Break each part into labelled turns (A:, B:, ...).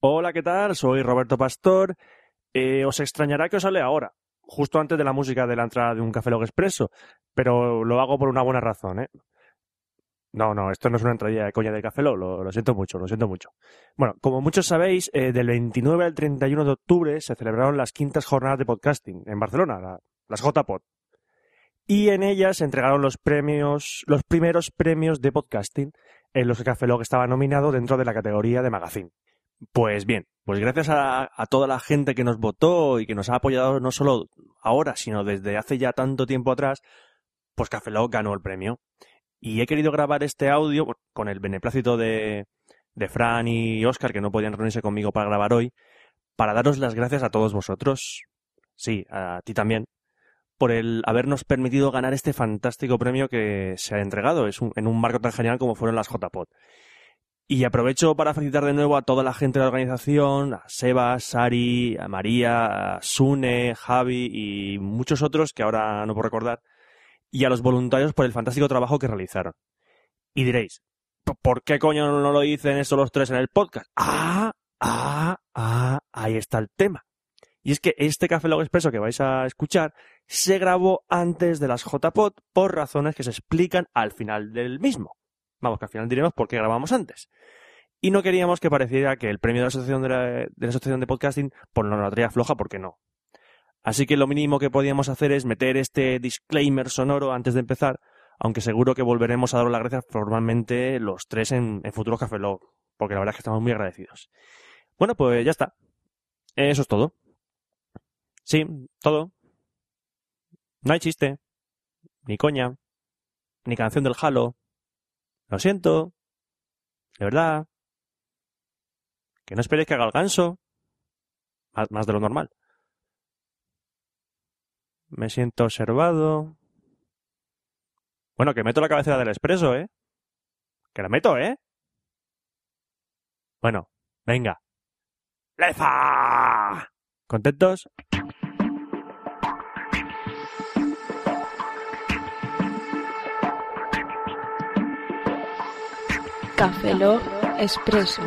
A: Hola, ¿qué tal? Soy Roberto Pastor. Eh, os extrañará que os hable ahora, justo antes de la música de la entrada de un Café Log Expreso, pero lo hago por una buena razón, ¿eh? No, no, esto no es una entradilla de coña de Café Log, lo, lo siento mucho, lo siento mucho. Bueno, como muchos sabéis, eh, del 29 al 31 de octubre se celebraron las quintas jornadas de podcasting en Barcelona, la- las JPod. Y en ellas se entregaron los premios, los primeros premios de podcasting en los que Café Log estaba nominado dentro de la categoría de magazine. Pues bien, pues gracias a, a toda la gente que nos votó y que nos ha apoyado no solo ahora, sino desde hace ya tanto tiempo atrás, pues Café Lock ganó el premio. Y he querido grabar este audio bueno, con el beneplácito de, de Fran y Oscar, que no podían reunirse conmigo para grabar hoy, para daros las gracias a todos vosotros, sí, a ti también, por el habernos permitido ganar este fantástico premio que se ha entregado es un- en un marco tan genial como fueron las JPOT. Y aprovecho para felicitar de nuevo a toda la gente de la organización, a Seba, Sari, a María, a Sune, Javi y muchos otros que ahora no puedo recordar, y a los voluntarios por el fantástico trabajo que realizaron. Y diréis, "¿P- ¿por qué coño no lo dicen eso los tres en el podcast? Ah, ah, ah, ahí está el tema. Y es que este Café Log Expreso que vais a escuchar se grabó antes de las JPOT por razones que se explican al final del mismo. Vamos, que al final diremos por qué grabamos antes y no queríamos que pareciera que el premio de la asociación de la, de la asociación de podcasting por la traía floja porque no así que lo mínimo que podíamos hacer es meter este disclaimer sonoro antes de empezar aunque seguro que volveremos a dar las gracias formalmente los tres en, en futuros Café Lock, porque la verdad es que estamos muy agradecidos bueno pues ya está eso es todo sí todo no hay chiste ni coña ni canción del Halo lo siento de verdad que no esperéis que haga el ganso. Más, más de lo normal. Me siento observado. Bueno, que meto la cabecera del expreso, ¿eh? Que la meto, ¿eh? Bueno, venga. ¡Leza! ¿Contentos?
B: Café Log Expreso.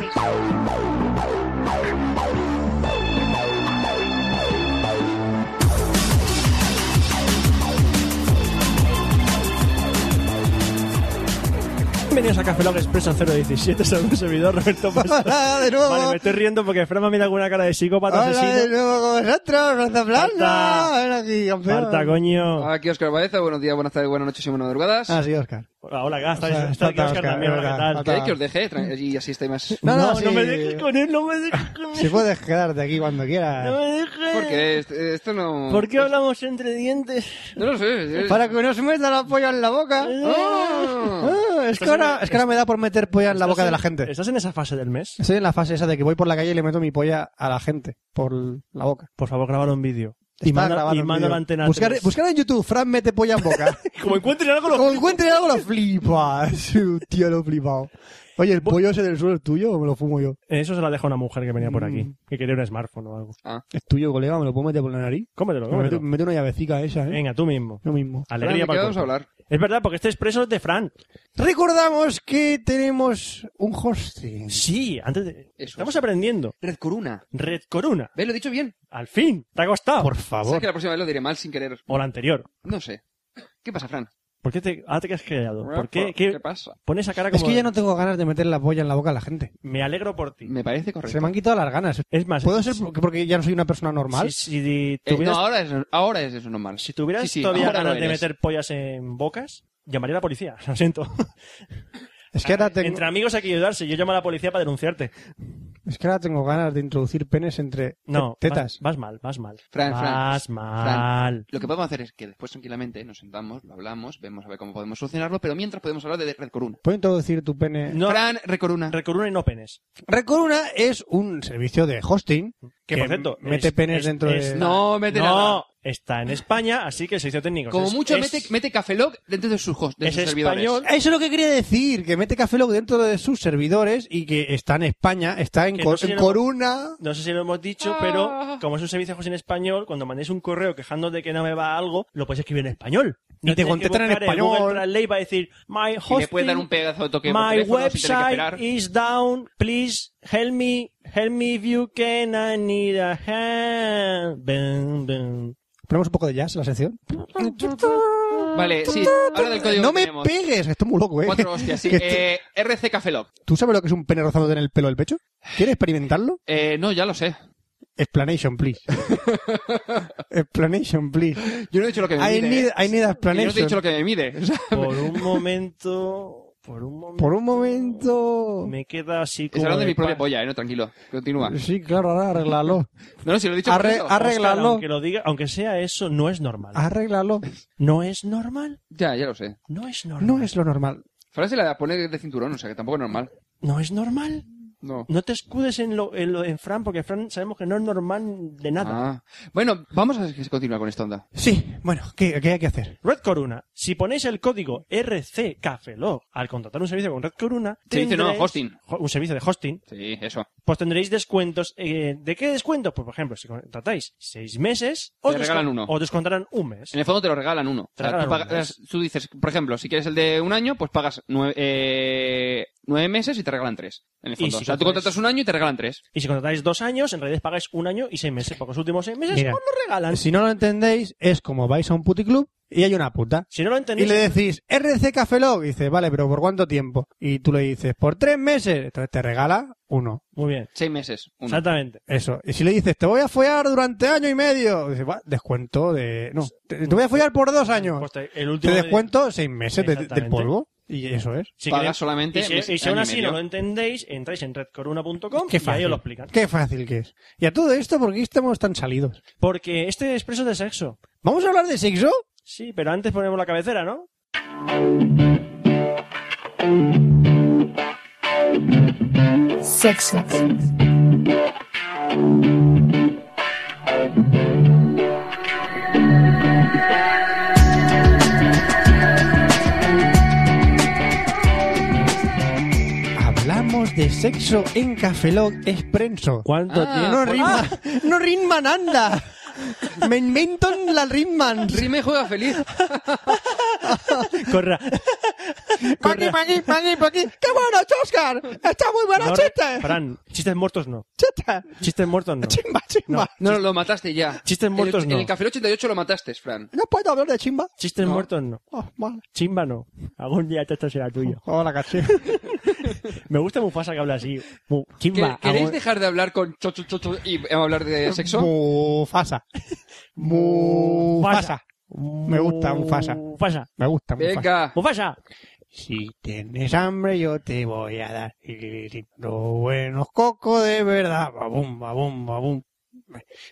A: Bienvenidos a Café Log Expreso 017, soy un servidor Roberto Pastor.
C: Hola de nuevo.
A: Vale, me estoy riendo porque Fran me mira con una cara de psicópata
C: Hola de
A: asesino.
C: nuevo con vosotros,
A: Marta.
C: Rosa Blanda. Ven aquí, campeón.
A: Marta, coño.
D: Aquí Oscar Baeza, buenos días, buenas tardes, buenas noches y buenas madrugadas.
C: Ah, sí, Oscar.
A: Hola, hola, está,
C: O sea,
A: está aquí
C: falta
A: Oscar
C: Óscar,
A: también,
C: es
A: hola, ¿qué
C: verdad,
A: tal?
C: falta
D: ¿Queréis que os deje? Tran- Y así estáis más...
C: No, no, sí.
A: me dejes con él, no me dejes con él.
C: Si puedes quedarte aquí cuando
A: No
C: quieras.
A: me dejes.
D: Porque est- esto no...
A: ¿Por qué hablamos entre dientes?
D: No lo sé. es-
C: Para que no se meta la polla en la boca.
A: Eh.
D: ¡Ah!
C: Ah, es que ahora, es que ahora me da por meter polla en la boca de la gente.
A: ¿Estás en esa fase del mes?
C: Estoy en la fase esa de que voy por la calle y le meto mi polla a la gente por la boca.
A: Por favor, grabar un vídeo. Y
C: Está
A: manda,
C: grabado
A: y
C: el
A: manda
C: vídeo.
A: la antena.
C: Buscar,
A: tres.
C: buscar en YouTube, Fran mete polla en boca.
A: Como encuentren algo, lo...
C: Como encuentre algo lo flipas. Tío, lo he flipado. Oye, ¿el pollo ese del suelo es tuyo o me lo fumo yo?
A: Eso se la deja una mujer que venía por aquí.
C: Mm.
A: Que quería un smartphone o algo.
C: Es tuyo, colega, me lo puedo meter por la nariz.
A: Cómetelo,
C: Me meto,
A: cómetelo.
C: me meto una llavecica esa, ¿eh?
A: Venga, tú mismo.
C: Lo mismo.
D: Fran,
A: Alegría
D: ¿de qué
A: para el
D: vamos a
A: cuerpo.
D: hablar?
A: Es verdad, porque este expreso es de Fran.
C: Recordamos que tenemos un hosting.
A: Sí, antes de... Estamos
D: es.
A: aprendiendo.
D: Red Coruna.
A: Red Corona.
D: ¿Ves? Lo he dicho bien.
A: Al fin. Te ha costado.
C: Por
D: Sé
C: favor.
D: que la próxima vez lo diré mal sin querer.
A: O la anterior.
D: No sé. ¿Qué pasa, Fran?
A: ¿Por qué te... Ah, te has callado. ¿Por qué?
D: ¿Qué,
A: ¿Qué...
D: pasa?
A: Pones esa cara
C: Es
A: como...
C: que ya no tengo ganas de meter la polla en la boca a la gente.
A: Me alegro por ti.
D: Me parece
C: Se
D: correcto.
C: me han quitado las ganas.
A: Es más...
C: ¿Puedo ser porque- porque ya no soy una persona normal?
A: Si, si
D: Eh, no,
A: tuvieras
D: ahora es, ahora es eso normal.
A: Si tuvieras
D: Sí, sí,
A: todavía
D: ahora lo
A: ganas de
D: eres.
A: meter pollas en bocas, llamaría a la policía. Lo siento.
C: Es que ahora tengo,
A: Entre amigos hay que ayudarse. Yo llamo a la policía para denunciarte.
C: es que ahora tengo ganas de introducir penes entre
A: No. Vas,
C: tetas.
A: vas mal, vas mal.
D: Fran, Fran,
A: vas mal.
D: Lo que podemos hacer es que después tranquilamente nos sentamos, lo hablamos, vemos a ver cómo podemos solucionarlo, pero mientras podemos hablar de Red Coruna.
C: ¿Puedo introducir tu pene?
A: No,
D: Fran, Red Coruna.
A: Recurruna y no penes.
C: Recoruna es un servicio de hosting.
A: Que, por cierto,
C: mete
A: es-
C: penes
A: es-
C: dentro
A: es-
C: de...
D: No, mete nada.
A: No, está en España, así que el servicio técnico.
D: Como
A: es-
D: mucho
A: es-
D: mete, mete Café Lock dentro de sus hosts, de
A: es
D: sus servidores.
A: español.
C: Eso es lo que quería decir, que mete Café Lock dentro de sus servidores y que está en España, está en,
A: Que
C: Cor-
A: no se
C: en
A: llama-
C: Coruna.
A: No sé si lo hemos dicho,
D: Ah.
A: pero como es un servicio en español, cuando mandéis un correo quejándoos de que no me va algo, lo podéis escribir en español. No tenéis
C: Y te
A: que
C: contestan en
A: buscar
C: español.
A: Google Translate y va a decir, my
D: Y le puedes dar
A: hosting
D: un pedazo de toque por
A: My
D: teléfono sin tener que
A: website
D: esperar.
A: is down. Please help me. Help me if you can, I need a hand. Bum, bum.
C: Ponemos un poco de jazz en la sección.
D: Vale, sí, ahora del código
C: No
D: que
C: me
D: tenemos.
C: pegues, esto es muy loco, eh.
D: Cuatro hostias, sí.
C: Que esto-
D: Eh, RC Café Lock.
C: ¿Tú sabes lo que es un pene rozándote en el pelo del pecho? ¿Quieres experimentarlo?
D: Eh, no, ya lo sé.
C: Explanation, please. explanation, please.
D: Yo no he dicho lo que me
C: I
D: mide.
C: need,
D: ¿eh?
C: I need
D: Y Yo no te he
C: explanation.
D: dicho lo que me mide. O sea,
A: Por un momento. Por un momento.
C: Por un momento...
A: Me queda así
D: es
A: como.
D: hablando de mi propia
A: pa-
D: polla, eh, no, tranquilo. Continúa.
C: Sí, claro, ahora arréglalo.
D: No, no, si lo he dicho por
C: Arre-
D: eso.
A: Oscar,
C: arréglalo.
A: aunque lo diga, aunque sea eso, no es normal.
C: Ah. Arréglalo.
A: No es normal.
D: Ya, ya lo sé.
A: No es normal.
C: No es lo normal.
D: Ahora se la pone de cinturón, o sea que tampoco es normal.
A: No es normal.
D: No.
A: No te escudes en, lo, en, lo- en Fran, porque Fran sabemos que no es normal de nada.
D: Ah. Bueno, vamos a continuar con esta onda.
C: Sí, bueno, ¿qué, qué hay que hacer?
A: Red Corona. Si ponéis el código RCCafelog al contratar un servicio con Red Corona,
D: Servicio no,
A: tendréis-
D: hosting.
A: jo- Un servicio de hosting,
D: Sí, eso.
A: pues tendréis descuentos. eh, ¿De qué descuentos? Pues, por ejemplo, si contratáis seis meses, os,
D: Te regalan uno. Eh.
A: os descontarán un mes.
D: En el fondo te lo regalan uno. O sea,
A: Te regalan
D: tú, pagas- tú dices, por ejemplo, si quieres el de un año, pues pagas nueve, eh, nueve meses y te regalan tres. En el
A: Y
D: fondo.
A: si
D: o sea, tú
A: compras-
D: contratas un año y te regalan tres.
A: Y si contratáis dos años, en realidad pagáis un año y seis meses, porque los últimos seis meses
C: Mira.
A: os lo Pues regalan.
C: Si no lo entendéis, es como vais a un puticlub y hay una puta.
A: Si no lo
C: Y
A: entendéis,
C: le decís, RC Café Lock. Y dice, vale, pero ¿por cuánto tiempo? Y tú le dices, por tres meses. Entonces te regala uno.
A: muy bien.
D: Seis meses. Uno.
A: Exactamente.
C: Eso. Y si le dices, te voy a follar durante año y medio. Dice, "Buah, descuento de... No, te, te voy a follar por dos años.
A: Pues te- el
C: Te
A: último
C: descuento seis meses de-
A: Exactamente.
C: del polvo. Y eso es.
A: Si queréis-
D: pagas solamente.
A: y si,
D: mes-
A: y si
D: año
A: aún así
D: medio.
A: no lo entendéis, entráis en redcoruna.com
C: Qué
A: y ahí
C: fácil.
A: os lo explican.
C: Qué fácil que es. Y a todo esto, ¿por qué estamos tan salidos?
A: Porque este expreso es de sexo.
C: ¿Vamos a hablar de sexo?
A: Sí, pero antes ponemos la cabecera, ¿no?
B: Sexo.
C: Hablamos de sexo en Cafelog Esprenso.
A: ¿Cuánto
D: Ah,
A: tiene?
C: No
D: pues-
C: rima, no ritman anda. Me invento la ritman.
D: Rime juega feliz.
A: Corra.
C: Pa' aquí, pa' aquí, pa' aquí, pa' aquí. ¡Qué bueno, Oscar! ¡Está muy bueno,
A: No,
C: chiste!
A: Fran, chistes muertos no.
C: ¡Chiste!
A: Chistes muertos no.
C: ¡Chimba, chimba!
D: No, lo mataste ya.
A: Chistes
D: En el-
A: muertos
D: en
A: no.
D: el Café 88 lo mataste, Fran.
C: ¿No puedo hablar de chimba?
A: Chistes
D: No.
A: muertos no.
C: Oh, vale.
A: Chimba no. Algún día esta será tuya.
C: Hola, caché.
A: Me gusta Mufasa que habla así. Mu-
D: ¿Que-
A: Chimba.
D: ¿Queréis
A: algún-
D: dejar de hablar con chocho chocho y hablar de sexo?
C: Mufasa. Mufasa. Me gusta Mufasa.
A: Mufasa.
C: Me gusta Mufasa.
D: Venga.
A: Mufasa.
C: Si tienes hambre, yo te voy a dar. Los buenos cocos de verdad. Babum, babum, babum.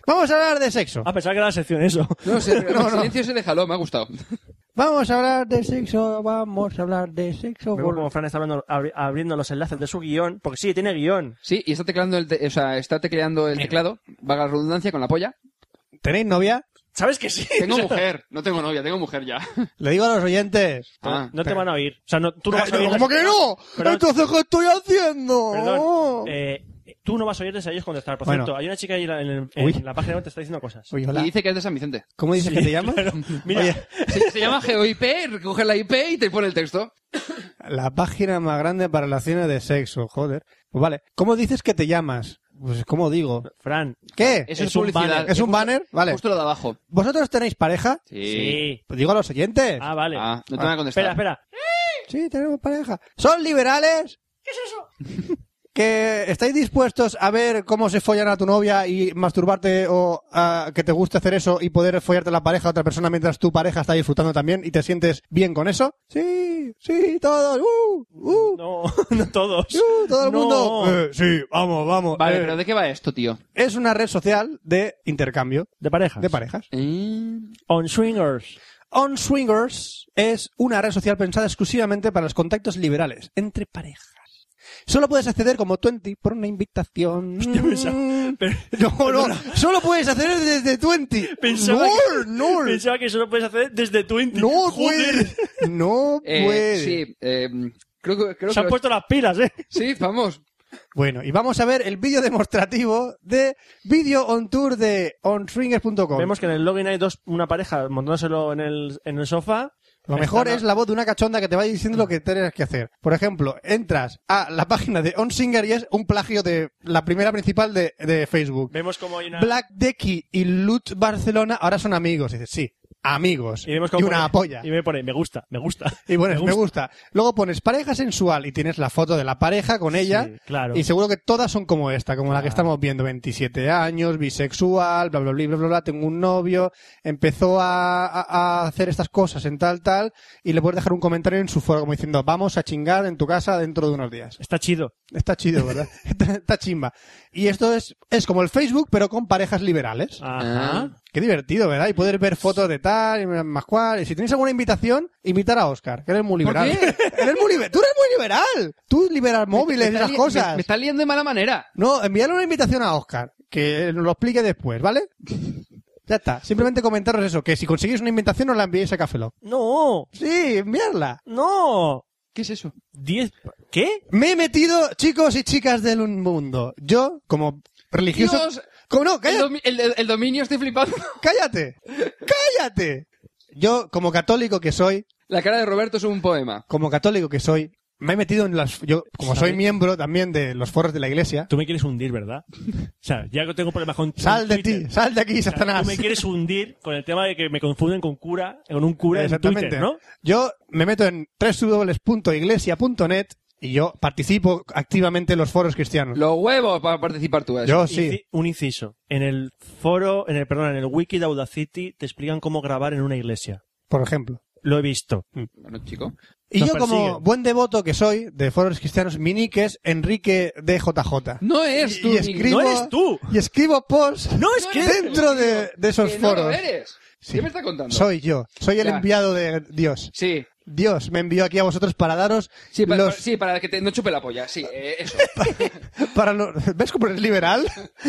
C: Vamos a hablar de sexo.
D: Ah.
A: A pesar que era la sección eso.
D: No sé, el
C: No, no.
D: silencio se dejaló, me ha gustado.
C: Vamos a hablar de sexo. Vamos a hablar de sexo.
A: Veo como Fran está hablando- abri- abriendo los enlaces de su guión. Porque sí, tiene guión.
D: Sí, y está tecleando el, te- o sea, está tecleando el teclado, vaga la redundancia con la polla.
C: ¿Tenéis novia?
A: ¿Sabes que sí?
D: Tengo mujer, no tengo novia, tengo mujer ya.
C: Le digo a los oyentes.
D: Ah,
A: No te van a oír. O sea, no, tú no
C: Eh,
A: vas a oír.
C: ¿Cómo que no?
A: Pero-
C: Entonces, ¿qué estoy haciendo?
A: Perdón. Eh, tú no vas a oírles a ellos contestar. Por
C: Oh. Bueno.
A: cierto, hay una chica ahí en, el- en
C: Uy.
A: la página web que te está diciendo cosas.
C: Uy, hola.
D: y dice que es de San Vicente.
C: ¿Cómo dices que te llamas?
A: Mira,
C: Oye,
D: Se, se llama GeoIP, recoge la IP y te pone el texto.
C: la página más grande para relaciones de sexo, joder. Pues vale. ¿Cómo dices que te llamas? Pues, ¿cómo digo?
A: Fran.
C: ¿Qué?
D: Eso es,
A: un
D: publicidad.
A: banner.
C: ¿Es un
D: justo-
C: banner? Vale.
D: Justo lo de abajo.
C: ¿Vosotros tenéis pareja?
A: Sí.
C: Pues digo a los oyentes.
A: Ah, vale.
D: Ah, no te van a contestar.
A: espera, espera.
C: Sí, tenemos pareja. ¿Son liberales? ¿Qué es eso? ¿Que estáis dispuestos a ver cómo se follan a tu novia y masturbarte o ah, que te guste hacer eso y poder follarte a la pareja a otra persona mientras tu pareja está disfrutando también y te sientes bien con eso? Sí, sí, todos. ¡Uh! ¡Uh!
A: No, no todos.
C: ¡Uh! todo el
A: No.
C: mundo. Eh, sí, vamos, vamos.
D: Vale,
C: eh.
D: pero ¿de qué va esto, tío?
C: Es una red social de intercambio
A: De
D: Ah,
A: parejas.
C: de parejas.
D: Eh,
A: On swingers.
C: On Swingers es una red social pensada exclusivamente para los contactos liberales entre parejas. Solo puedes acceder como 20 por una invitación. Mm.
A: pensaba-
C: no, no, solo puedes acceder desde 20.
A: Pensaba
C: no, no,
A: Pensaba que eso lo puedes hacer desde Twenty.
C: no
A: Joder.
C: puedes. No
D: eh,
C: puedes.
D: sí, eh, creo que... Creo
A: Se han
D: que-
A: puesto las pilas, ¿eh?
D: Sí, vamos.
C: Bueno, y vamos a ver el vídeo demostrativo de Video on Tour de onswingers.com.
A: Vemos que en el login hay dos, una pareja montándoselo en el, en el sofá
C: Lo
A: Esta
C: mejor
A: no-
C: es la voz de una cachonda que te va diciendo lo que tienes que hacer. Por ejemplo, entras a la página de On Singer y es un plagio de la primera principal de, de Facebook.
A: Vemos como hay una...
C: Black Decky y Lut Barcelona ahora son amigos. Y dices, sí, amigos.
A: vemos cómo
C: una
A: pone-
C: apoya.
A: Y me pone, me gusta, me gusta.
C: Y bueno, me gusta. Luego pones pareja sensual y tienes la foto de la pareja con ella.
A: Sí, claro.
C: Y seguro que todas son como esta, como la que estamos viendo. 27 años, bisexual, bla, bla, bla, bla, bla, bla, tengo un novio, empezó a, a- a hacer estas cosas en tal, tal, y le puedes dejar un comentario en su foro como diciendo, vamos a chingar en tu casa dentro de unos días.
A: Está chido.
C: Está chido, ¿verdad? está, está chimba. Y esto es, es como el Facebook, pero con parejas liberales.
A: Ajá.
D: Ah.
C: Qué divertido, ¿verdad? Y poder ver fotos de tal y más cual. Y si tenéis alguna invitación, invitar a Oscar, que eres muy liberal. eres muy liber- Tú eres muy liberal. Tú liberas móviles y
D: Me está
C: esas
D: li-
C: cosas.
D: Me, me está liando de mala manera.
C: No, enviarle una invitación a Oscar, que nos lo explique después, ¿vale? Ya está. Simplemente comentaros eso, que si conseguís una invitación, os la enviéis a Café Lock.
A: No,
C: Sí, enviarla.
A: no.
D: ¿Qué es eso?
A: Diez... ¿Qué?
C: Me he metido, chicos y chicas del mundo. Yo, como religioso...
D: Dios,
C: Como no,
D: el,
C: cállate.
D: domi- el- el- el dominio estoy flipando.
C: cállate. Cállate. Yo, como católico que soy,
D: La cara de Roberto es un poema.
C: como católico que soy, me he metido en las... Yo, como soy miembro también de los foros de la iglesia...
A: Tú me quieres hundir, ¿verdad? O sea, ya que tengo problemas con...
C: Sal de
A: Twitter.
C: ti, sal de aquí,
A: O sea,
C: Satanás.
A: Tú me quieres hundir con el tema de que me confunden con cura, con un cura en
C: Exactamente.
A: Twitter, ¿no?
C: Yo me meto en www.iglesia.net y yo participo activamente en los foros cristianos.
D: Los huevos para participar tú ¿eh? a eso.
C: Yo sí.
A: Inci- Un inciso. En el foro, en el, perdón, en el wiki de Audacity te explican cómo grabar en una iglesia.
C: por ejemplo.
A: Lo he visto.
D: Bueno, chico.
C: Y
A: Nos
C: yo como
A: persiguen.
C: buen devoto que soy de foros cristianos, mi nick es Enrique DJJ.
D: No es tú.
C: y
D: ni-
C: escribo,
A: ¡No eres tú!
C: Y escribo posts
A: ¡No es que!
C: dentro de, de esos
D: que Eh, No lo
C: foros.
D: eres.
C: Sí.
D: ¿Qué me está contando?
C: soy yo, soy el
D: Ya.
C: enviado de Dios.
D: Sí.
C: Dios me envió aquí a vosotros para daros
D: Sí, para,
C: los...
D: para- sí, para que te- no chupe la polla. Sí, eh, eso.
C: para los- ¿Ves cómo eres liberal?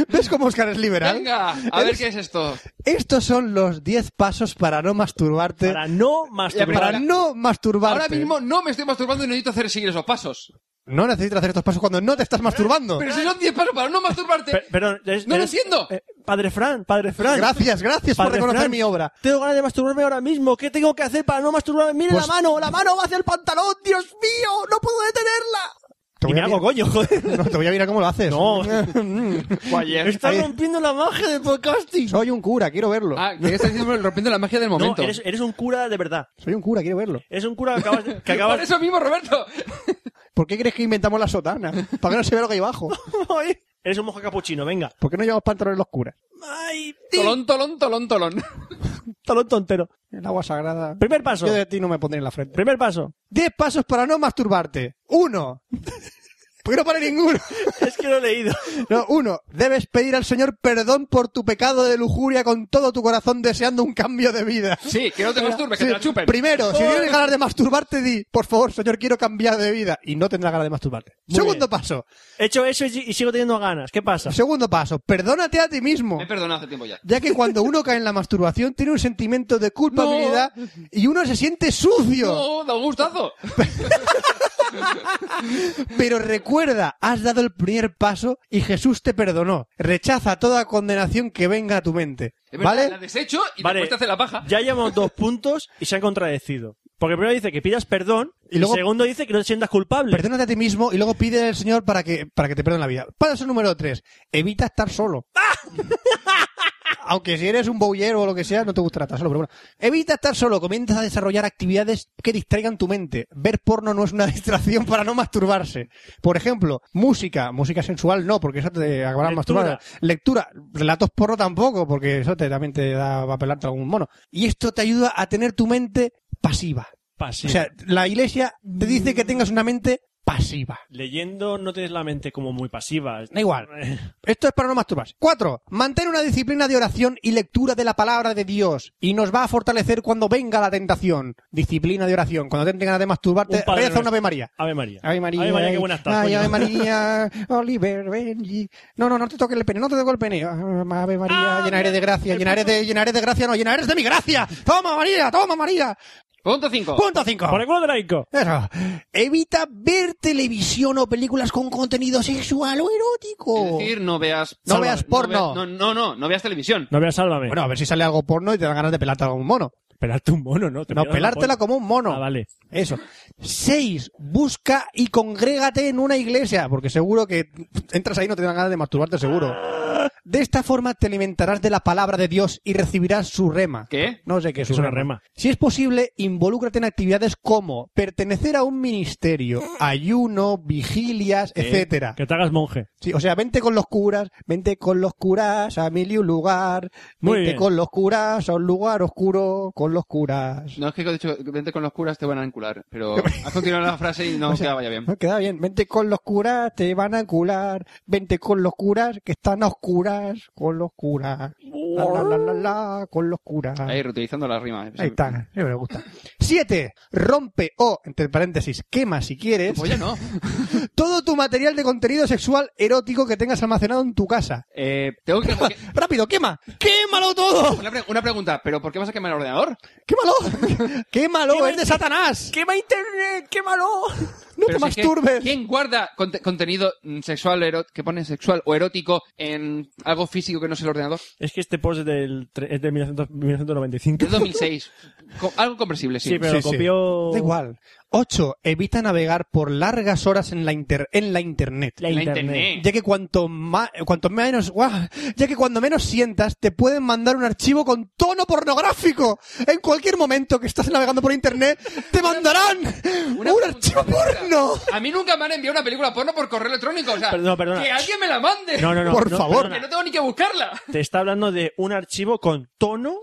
C: ¿Ves cómo Oscar es liberal?
D: Venga, a ver qué es esto.
C: Estos son los 10 pasos para no masturbarte.
A: Para no
D: Ya,
A: masturbar.
D: pero
C: para
D: ahora-
C: no masturbarte.
D: Ahora mismo no me estoy masturbando y necesito hacer seguir esos pasos.
C: No necesitas hacer estos pasos cuando no te estás masturbando.
D: Pero si son 10 pasos para no masturbarte.
A: Per- perdón, eres-
D: no lo
A: eres-
D: entiendo.
A: eh, padre Fran, padre Fran.
C: Gracias, gracias por
A: Padre
C: reconocer
A: Fran,
C: mi obra.
A: Tengo ganas de masturbarme ahora mismo. ¿Qué tengo que hacer para no masturbarme? ¡Mire
C: Pues-
A: la mano! ¡La mano va hacia el pantalón! ¡Dios mío! ¡No puedo detenerla! Y
C: Te voy
A: me
C: a
A: hago
C: mirar-
A: coño, joder.
C: No, te voy a mirar cómo lo haces.
A: No.
D: Ayer.
A: Estás
C: Ahí-
A: rompiendo la magia del podcasting.
C: Soy un cura, quiero verlo.
D: Ah, que estás diciendo rompiendo la magia del
A: No,
D: momento.
A: eres, eres un cura de verdad.
C: Soy un cura, quiero verlo.
A: Eres un cura que acabas de- que
D: Por
A: acabas
D: eso mismo, Roberto.
C: ¿Por qué crees que inventamos la sotana? Para que no se vea lo que hay abajo.
A: Ay, Eres un moja capuchino, venga.
C: ¿Por qué no llevamos pantalones los curas?
A: Ay, tío,
D: Tolón, tolón, tolón, tolón.
A: talón tontero.
C: El agua sagrada.
A: Primer paso.
C: Yo de ti no me pondré en la frente.
A: Primer paso.
C: 10 pasos para no masturbarte. Uno. Porque no para ninguno.
A: Es que lo he leído.
C: No, uno, debes pedir al Señor perdón por tu pecado de lujuria con todo tu corazón deseando un cambio de vida.
D: Sí, que no te masturbes, que te la
C: Sí,
D: chupen.
C: Primero, si tienes ganas de masturbarte, di, por favor, Señor, quiero cambiar de vida. Y no tendrás ganas de masturbarte.
A: Muy
C: segundo
A: bien.
C: paso,
A: He hecho eso y y sigo teniendo ganas. ¿Qué pasa?
C: segundo paso, perdónate a ti mismo.
D: Me he perdonado hace tiempo ya.
C: Ya que cuando uno cae en la masturbación tiene un sentimiento de culpabilidad y uno se siente sucio.
D: No, da un gustazo.
C: Pero recuerda, has dado el primer paso y Jesús te perdonó. Rechaza toda condenación que venga a tu mente.
D: Es verdad,
C: ¿Vale?
D: La desecho y
A: Vale.
D: después te hace la paja.
A: Ya llevamos dos puntos y se han contradecido. Porque primero dice que pidas perdón
C: Y
A: y,
C: luego-
A: segundo dice que no te sientas culpable.
C: Perdónate a ti mismo y luego pide al Señor para que, para que te perdone la vida. Paso número 3. Evita estar solo. Aunque si eres un bowyer o lo que sea, no te gustará estar solo, pero bueno. Evita estar solo. Comienza a desarrollar actividades que distraigan tu mente. Ver porno no es una distracción para no masturbarse. Por ejemplo, música. Música sensual no, porque eso te acabará
A: Lectura.
C: masturbando. Lectura. Relatos porno tampoco, porque eso te, también te da va a pelarte algún mono. Y esto te ayuda a tener tu mente pasiva.
A: Pasivo.
C: O sea, la iglesia te dice que tengas una mente pasiva.
A: Leyendo no tienes la mente como muy pasiva.
C: Da igual. Esto es para no masturbarse. Cuatro, mantén una disciplina de oración y lectura de la palabra de Dios. Y nos va a fortalecer cuando venga la tentación. Disciplina de oración. Cuando te ganas de masturbarte,
A: Un Padre
C: reza
A: Nuestro.
C: una Ave María.
A: Ave María.
C: Ave María. eh.
A: Ave María, qué buena estás.
C: Ay,
A: coño.
C: Ave María, Oliver, Benji. No, no, no te toques el pene, no te toques el pene. Ah, Ave María,
A: Ah,
C: llenaré de gracia,
A: el
C: llenaré de, llenaré de gracia, no, llenaré de mi gracia. Toma, María, toma, María.
D: Punto 5.
C: Punto cinco.
A: Por el culo de laico.
C: Eso. Evita ver televisión o películas con contenido sexual o erótico.
D: Es decir, no veas...
C: No veas porno.
D: veas- no, no, no, no veas televisión.
A: No veas, sálvame.
C: Bueno, a ver si sale algo porno y te dan ganas de pelarte a algún mono.
A: Pelarte un mono, ¿no? Te
C: No,
A: pelas la
C: pelártela
A: polla.
C: como un mono.
A: Ah, vale.
C: Eso. Seis, busca y congrégate en una iglesia, porque seguro que entras ahí y no te dan ganas de masturbarte, seguro. De esta forma te alimentarás de la palabra de Dios y recibirás su rema.
D: ¿Qué?
C: No sé qué es
A: Es una rema.
C: Si es posible, involúcrate en actividades como pertenecer a un ministerio, ayuno, vigilias, etcétera.
A: Que te hagas monje.
C: Sí, o sea, vente con los curas, vente con los curas a mil y un lugar,
A: Muy
C: vente
A: bien.
C: con los curas a un lugar oscuro con los curas.
D: No es que he dicho, vente con los curas, te van a encular. Pero has continuado la frase y no
C: O sea,
D: queda vaya bien.
C: No Ah, queda bien. Vente con los curas, te van a curar. Vente con los curas que están a oscuras con los curas. La, la, la, la, la, con los curas.
D: Ahí, reutilizando las rimas.
C: Ahí está, sí, me gusta. Siete, rompe o, entre paréntesis, quema si quieres,
D: Pues ya no.
C: todo tu material de contenido sexual erótico que tengas almacenado en tu casa.
D: Eh, tengo que... porque-
C: ¡Rápido, quema! ¡Quémalo
A: Oh.
C: todo!
D: Una, pre- una pregunta, ¿pero por qué vas a quemar el ordenador?
C: ¡Quémalo! ¡Quémalo!
E: Quema
C: ¡Es de Satanás!
E: ¡Quema internet! ¡Quémalo!
C: ¡No
D: Pero
C: te
D: si es que,
C: masturbes!
D: ¿Quién guarda conte- contenido mm, sexual, ero- que pone sexual o erótico en algo físico que no es el ordenador?
A: Es que este post es del, tre- es de 1900 1995.
D: Es 2006. Co- algo comprensible, sí.
A: Sí, pero
C: Sí,
A: lo
C: sí.
A: copió...
C: Da igual. 8. Evita navegar por largas horas en la, inter- en la internet.
A: La
D: La
A: internet.
D: internet.
C: Ya que cuanto más, cuanto menos, ¡guau! ya que cuando menos sientas, te pueden mandar un archivo con tono pornográfico. En cualquier momento que estás navegando por internet, te mandarán
D: Una
C: un
D: pregunta,
C: archivo
D: una pregunta.
C: porno.
D: A mí nunca me han enviado una película porno por correo electrónico. O sea,
A: Perdón, perdona.
D: que alguien me la mande.
A: No, no, no.
C: Por
A: no,
C: favor.
D: Que no
A: perdona.
D: tengo ni que buscarla.
A: Te está hablando de un archivo con tono,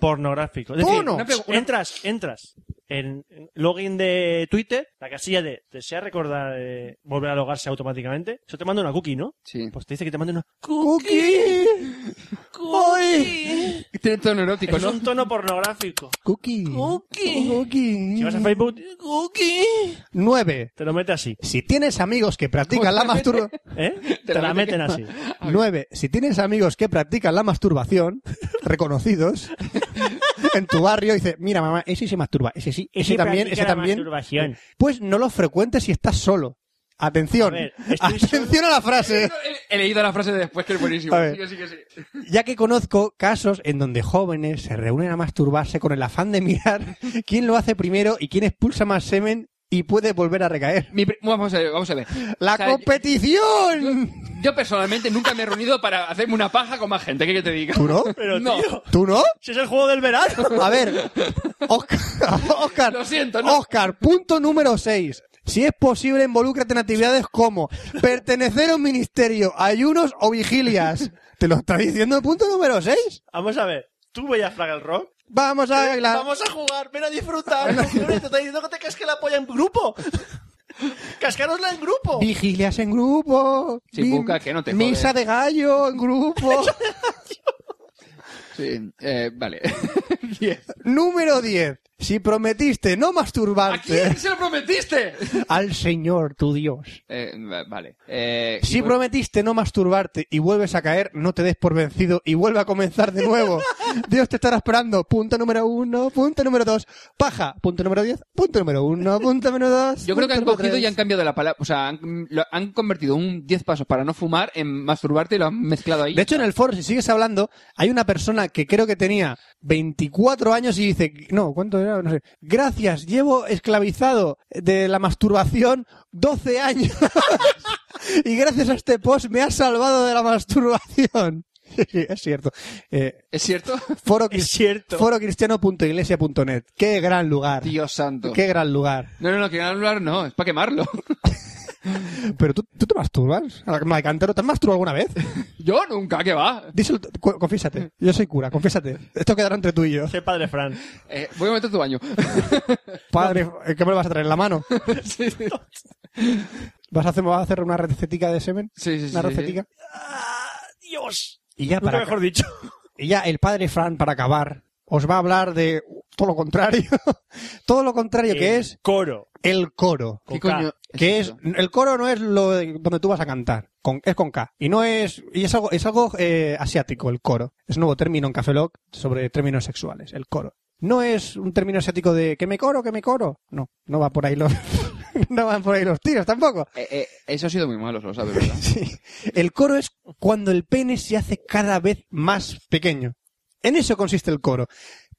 A: pornográfico. Es decir,
C: Tono.
D: Una pregu- una-
A: entras, entras en en login de Twitter, la casilla de desea recordar eh, volver a logarse automáticamente. Eso te manda una cookie, ¿no?
D: Sí.
A: Pues te dice que te mande una
C: Cookie. Ay.
D: Tiene tono erótico,
A: con
D: ¿no?
A: un tono pornográfico.
C: Cookie.
A: Cookie.
C: Cookie.
A: Si vas a Facebook, cookie.
C: 9.
A: Te lo mete así.
C: Si tienes amigos que practican la masturbación.
A: ¿Eh? Te, la meten así.
C: 9. Si tienes amigos que practican la masturbación, reconocidos, en tu barrio, dice, mira mamá, ese se masturba, ese sí, ese, también, ese también.
A: Masturbación.
C: Pues no lo frecuentes si estás solo. Atención,
A: A ver, estoy
C: atención a la frase.
D: He, he leído la frase de después, que es
C: Este.
D: buenísimo.
C: A ver.
D: Sí, que sí, que sí.
C: Ya que conozco casos en donde jóvenes se reúnen a masturbarse con el afán de mirar quién lo hace primero y quién expulsa más semen y puede volver a recaer.
D: Mi pri- vamos a ver, vamos a ver.
C: ¡La
D: O sea,
C: competición!
D: Yo personalmente nunca me he reunido para hacerme una paja con más gente. ¿Qué que te diga?
C: ¿Tú no?
A: Pero,
D: No.
A: tío,
C: ¿Tú no?
A: si es el juego del verano.
C: A ver, Oscar, Oscar,
D: Lo siento, no.
C: Oscar, punto número 6. Si es posible, involúcrate en actividades como pertenecer a un ministerio, ayunos o vigilias. ¿Te lo está diciendo el punto número 6?
A: Vamos a ver. Tú veías Flag el Rock.
C: Vamos a
D: Eh,
C: bailar.
A: Vamos a jugar, ven a disfrutar. Hombre, te está diciendo que te casque la polla en grupo. Cascarosla en grupo.
C: Vigilias en grupo.
D: Sí,
C: Mi-
D: busca que no te
C: Misa
D: jode.
C: de gallo en grupo.
D: Sí, eh, vale. Diez.
C: número 10. Si prometiste no
D: ¿A quién
C: masturbarte
D: se lo prometiste?
C: al Señor tu Dios.
D: Eh, va- vale. Eh,
C: Si
D: y bueno,
C: prometiste no masturbarte y vuelves a caer, no te des por vencido y vuelve a comenzar de nuevo. Dios te estará esperando. Punto número uno, punto número dos. Paja, punto número diez, punto número uno, punto número dos.
D: Yo creo que han
C: punto número
D: cogido y
C: tres.
D: han cambiado la palabra. O sea, han, lo- han convertido un 10 pasos para no fumar en masturbarte y lo han mezclado ahí.
C: De hecho, en el foro, si sigues hablando, hay una persona que creo que tenía 24 años y dice, no, ¿cuánto era? No sé. Gracias, llevo esclavizado de la masturbación 12 años. y gracias a este post me has salvado de la masturbación. Sí, sí, es cierto. Eh,
D: ¿Es cierto?
C: foro
A: Es
C: cristiano.
A: cierto.
C: forocristiano.iglesia.net. Qué gran lugar.
D: Dios santo.
C: Qué gran lugar.
D: No, no, no, que hablar no, es para quemarlo.
C: Pero tú, tú te masturbas. Alcántaro, ¿te has masturbado alguna vez?
D: Yo nunca, que va.
C: Díselo, cu- confiésate. Yo soy cura, confiésate. Esto quedará entre tú y yo.
A: Soy padre Fran.
D: Eh, voy a meter tu baño.
C: Padre, eh, ¿qué me lo vas a traer en la mano?
D: sí, sí,
C: ¿Vas a hacer, vas a hacer una recetica de semen?
D: sí, sí,
C: Una
D: sí.
C: recetica.
A: Dios.
C: Y ya,
A: Nunca
C: para,
A: mejor dicho.
C: y ya el padre Fran, para acabar, os va a hablar de todo lo contrario. todo lo contrario que
D: Eh.
A: El
C: es
A: Coro.
C: el coro.
A: Con
D: ¿Qué
A: K.
D: coño?
C: Que es,
D: esto?
C: el coro no es lo de- donde tú vas a cantar, con, es con K. Y no es, y es algo, es algo eh, asiático, el coro. Es un nuevo término en Café Lock sobre términos sexuales, el coro. No es un término asiático de que me coro, que me coro. No, no va por ahí los, no van por ahí los tiros tampoco.
D: Eh, eh, eso ha sido muy malo, lo sabes, ¿verdad?
C: Sí. El coro es cuando el pene se hace cada vez más pequeño. En eso consiste el coro.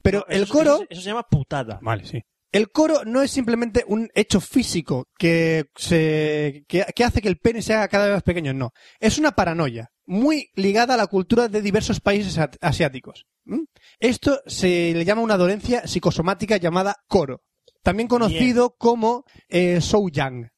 C: Pero
A: No,
C: el
A: eso-
C: coro...
A: Eso, eso se llama putada.
C: Vale, sí. El coro no es simplemente un hecho físico que, se, que, que hace que el pene sea cada vez más pequeño, no. Es una paranoia muy ligada a la cultura de diversos países at- asiáticos. ¿m? Esto se le llama una dolencia psicosomática llamada coro, también conocido como eh, souyang.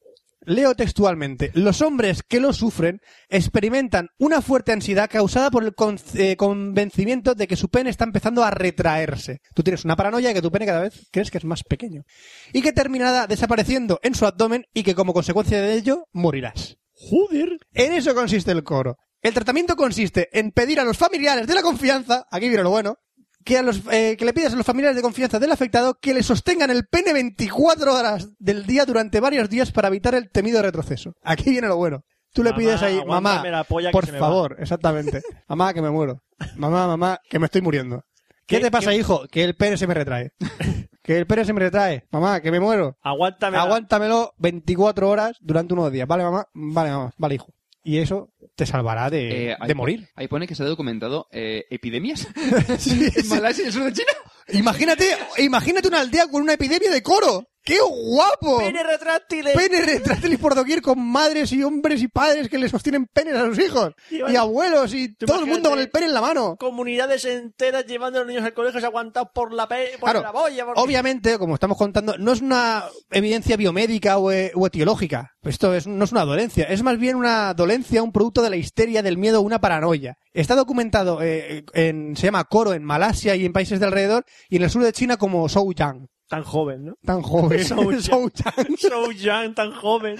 C: Leo textualmente, los hombres que lo sufren experimentan una fuerte ansiedad causada por el con- eh, convencimiento de que su pene está empezando a retraerse. Tú tienes una paranoia de que tu pene cada vez crees que es más pequeño. Y que terminará desapareciendo en su abdomen y que como consecuencia de ello morirás.
A: ¡Joder!
C: En eso consiste el coro. El tratamiento consiste en pedir a los familiares de la confianza, aquí viene lo bueno, que, a los, eh, que le pidas a los familiares de confianza del afectado que le sostengan el pene 24 horas del día durante varios días para evitar el temido retroceso. Aquí viene lo bueno. Tú le
A: Mamá,
C: pides ahí, mamá,
A: aguántame la polla que
C: por
A: se me va".
C: favor, exactamente. Mamá, que me muero. Mamá, mamá, que me estoy muriendo. ¿Qué,
A: ¿Qué-
C: te pasa,
A: qué-
C: hijo? Que el pene se me retrae. que el pene se me retrae. Mamá, que me muero.
A: Aguántame. la-
C: Aguántamelo 24 horas durante unos días. Vale, mamá. Vale, mamá. Vale, hijo. Y eso te salvará de,
D: Eh, ahí
C: de
D: po-
C: morir.
D: Ahí pone que se ha documentado eh, epidemias
C: Sí,
D: en
C: sí.
D: Malasia y el sur de China.
C: Imagínate, imagínate una aldea con una epidemia de coro. ¡Qué guapo!
A: ¡Pene retráctiles!
C: Pene retráctiles por doquier con madres y hombres y padres que le sostienen penes a sus hijos. Y abuelos y
A: Tú
C: todo el mundo con el
A: imagínate-
C: pene en la mano.
A: Comunidades enteras llevando a los niños al colegio se aguantados por la, pe- por
C: Claro.
A: la boya. porque-
C: Obviamente, como estamos contando, no es una evidencia biomédica o, eh, o etiológica. Esto es, no es una dolencia. Es más bien una dolencia, un producto de la histeria, del miedo, una paranoia. Está documentado, eh, en, se llama coro en Malasia y en países de alrededor, y en el sur de China como Souyang.
A: Tan joven, ¿no?
C: Tan joven.
A: Souyang.
C: Souyang.
A: So young, tan joven.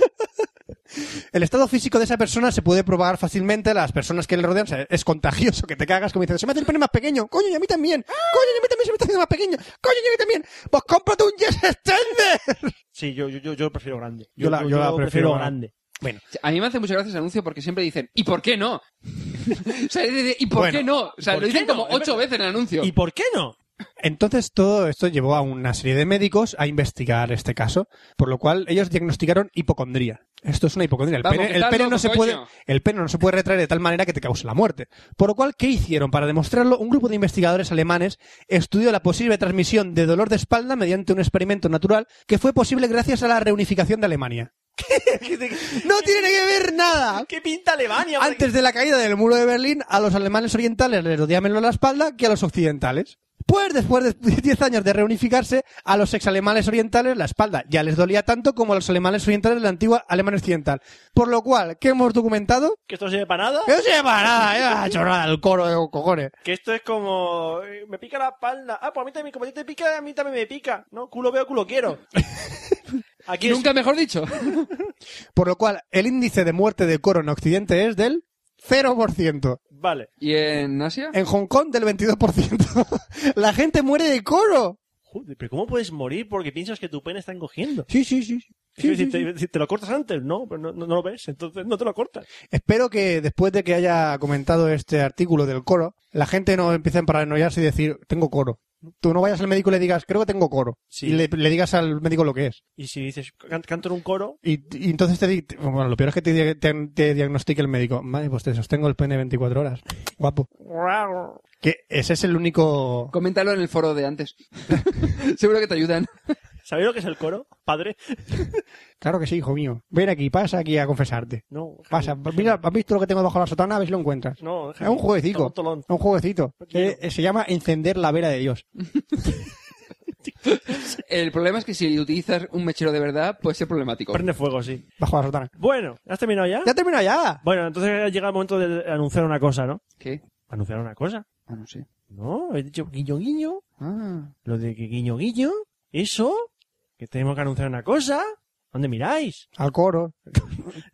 C: El estado físico de esa persona se puede propagar fácilmente a las personas que le rodean. O sea, es contagioso que te cagas como dicen, se me hace el pene más pequeño. Coño, y a mí también. Coño, y a mí también se me está haciendo más pequeño. Coño, y a mí también. Pues cómprate un Yes Extender.
A: Sí, yo, yo, yo, yo prefiero grande.
C: Yo la- yo la prefiero
A: grande.
D: A mí me hace muchas gracias el anuncio porque siempre dicen, ¿y por qué no? o sea, dice, ¿y por
C: Bueno,
D: qué no? O sea,
A: ¿por
D: lo dicen
A: qué no?
D: como
A: Es
D: ocho
A: verdad.
D: veces en el anuncio.
A: ¿Y por qué no?
C: Entonces todo esto llevó a una serie de médicos a investigar este caso, por lo cual ellos diagnosticaron hipocondría. Esto es una hipocondría. El
D: Vamos,
C: pene,
D: que
C: el
D: estás
C: pene no
D: loco,
C: se puede,
D: coño.
C: el pene no se puede retraer de tal manera que te cause la muerte. Por lo cual, ¿qué hicieron? Para demostrarlo, un grupo de investigadores alemanes estudió la posible transmisión de dolor de espalda mediante un experimento natural que fue posible gracias a la reunificación de Alemania. No tiene que ver nada.
A: ¿Qué pinta Alemania? hombre?
C: Ah. Antes de la caída del muro de Berlín, a los alemanes orientales les dolía menos la espalda que a los occidentales. Pues después de 10 años de reunificarse, a los exalemanes orientales la espalda ya les dolía tanto como a los alemanes orientales de la antigua Alemania occidental. Por lo cual, ¿qué hemos documentado?
A: ¿Que esto no sirve para nada?
C: Que no se llama nada, eh, ah, chorrada, el coro de cojones.
A: Que esto es como... eh, Me pica la espalda. Ah, pues a mí también, como a ti te pica, a mí también me pica. No, culo veo, culo quiero. Aquí es-
D: Nunca mejor dicho.
C: Por lo cual, el índice de muerte de coro en Occidente es del 0%.
A: Vale.
D: ¿Y en Asia?
C: En Hong Kong del 22%. la gente muere de coro.
A: Joder, pero ¿cómo puedes morir porque piensas que tu pene está encogiendo?
C: Sí, sí, sí.
A: Quiero
C: Sí,
A: decir,
C: sí, sí.
A: Te, si te lo cortas antes, no, pero no, no- no lo ves, entonces no te lo cortas.
C: Espero que después de que haya comentado este artículo del coro, la gente no empiece a paranoiarse y decir, tengo coro. Tú no vayas al médico y le digas, creo que tengo coro.
A: Sí.
C: Y le, le digas al médico lo que es.
A: Y si dices, "Can- canto en un coro,
C: Y, y entonces te, di- te- bueno, lo peor es que te, di- te- te diagnostique el médico. Madre, pues te sostengo el pene 24 horas. Guapo. Que ese es el único...
D: Coméntalo en el foro de antes. Seguro que te ayudan.
A: ¿sabéis lo que es el coro? Padre.
C: Claro que sí, hijo mío. Ven aquí, pasa aquí a confesarte.
A: No.
C: Pasa. Mira, ¿has visto lo que tengo bajo la sotana? A ver si lo encuentras.
A: No,
C: Es un jueguecito.
A: Un tolón.
C: Es un jueguecito.
A: No quiero.
C: Eh, se llama Encender la Vera de Dios.
D: El problema es que si utilizas un mechero de verdad, puede ser problemático.
A: Prende fuego, sí.
C: Bajo la sotana.
A: Bueno, ¿has terminado ya?
C: Ya termina ya.
A: Bueno, entonces ha llegado el momento de anunciar una cosa, ¿no?
D: ¿Qué?
A: ¿Anunciar una cosa?
D: Ah, no sé.
A: No, he dicho guiño guiño.
D: Ah.
A: Lo de que guiño guiño. Eso. Que tenemos que anunciar una cosa. ¿Dónde miráis?
C: Al coro.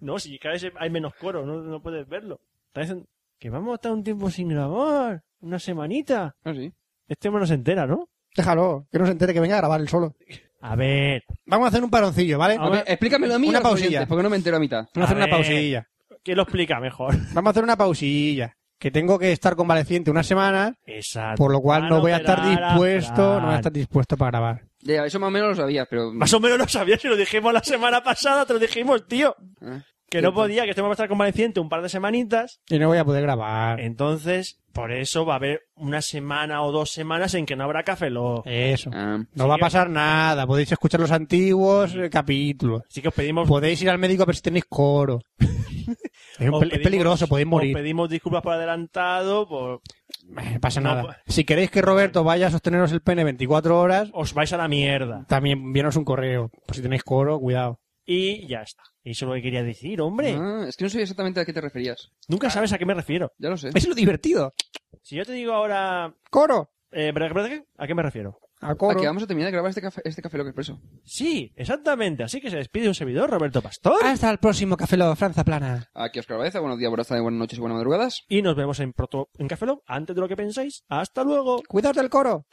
A: No, si cada vez hay menos coro, no, no puedes verlo. Te dicen que vamos a estar un tiempo sin grabar. Una semanita.
D: Ah, sí.
A: Este hombre no se entera, ¿no?
C: Déjalo, que no se entere que venga a grabar el solo.
A: A ver,
C: Vamos a hacer un paroncillo, ¿vale?
A: A
D: A ver, explícamelo a mí y
C: Una
D: a los
C: pausilla.
D: oyentes, porque no me entero a mitad.
C: Vamos a hacer
A: a
C: una
A: ver.
C: pausilla.
A: ¿quién lo explica mejor?
C: Vamos a hacer una pausilla. Que tengo que estar convaleciente una semana,
A: Exacto.
C: por lo cual no
A: Claro,
C: voy a estar
A: Ferrara,
C: dispuesto, no voy a
A: Ferrara.
C: estar dispuesto para grabar.
D: Ya, eso más o menos lo sabías, pero... mm,
A: Más o menos lo sabías si lo dijimos la semana pasada, te lo dijimos, tío.
D: Ah.
A: que no podía, que estoy a estar convaleciente un par de semanitas.
C: Y no voy a poder grabar.
A: Eh, Entonces, por eso va a haber una semana o dos semanas en que no habrá café. Lock.
C: Eso.
D: Ah,
C: No
A: eh.
C: va a pasar nada. Podéis escuchar los antiguos eh, capítulos.
A: Así que os pedimos,
C: Podéis ir al médico a ver si tenéis coro. Pues, Es, un
A: os
C: pel- es
A: pedimos-
C: peligroso, podéis
A: os
C: morir.
A: pedimos disculpas por adelantado, por-
C: Eh, pasa
A: No,
C: nada.
A: pues-
C: Si queréis que Roberto vaya a sosteneros el pene 24 horas,
A: os vais a la mierda.
C: también envíanos un correo. Por si tenéis coro, cuidado.
A: Y ya está. Eso es lo que quería decir, hombre.
D: ah, es que no sabía exactamente a qué te referías.
A: Nunca sabes a qué me refiero.
D: Ya lo sé.
C: Es lo divertido.
A: Si yo te digo ahora,
C: Coro.
A: eh, ¿verdad- verdad que- ¿a qué me refiero?
C: A
D: Ah,
C: coro.
D: que vamos a terminar de grabar este café, este café lo que expreso.
A: Sí, exactamente. Así que se despide un servidor, Roberto Pastor.
C: Hasta el próximo Café Lodo, Franza Plana.
D: Aquí Oscar Baeza, buenos días, buenas tardes, buenas noches y buenas madrugadas.
A: Y nos vemos en, proto, en Café Lock antes de lo que pensáis. ¡Hasta luego!
C: Cuidado del coro.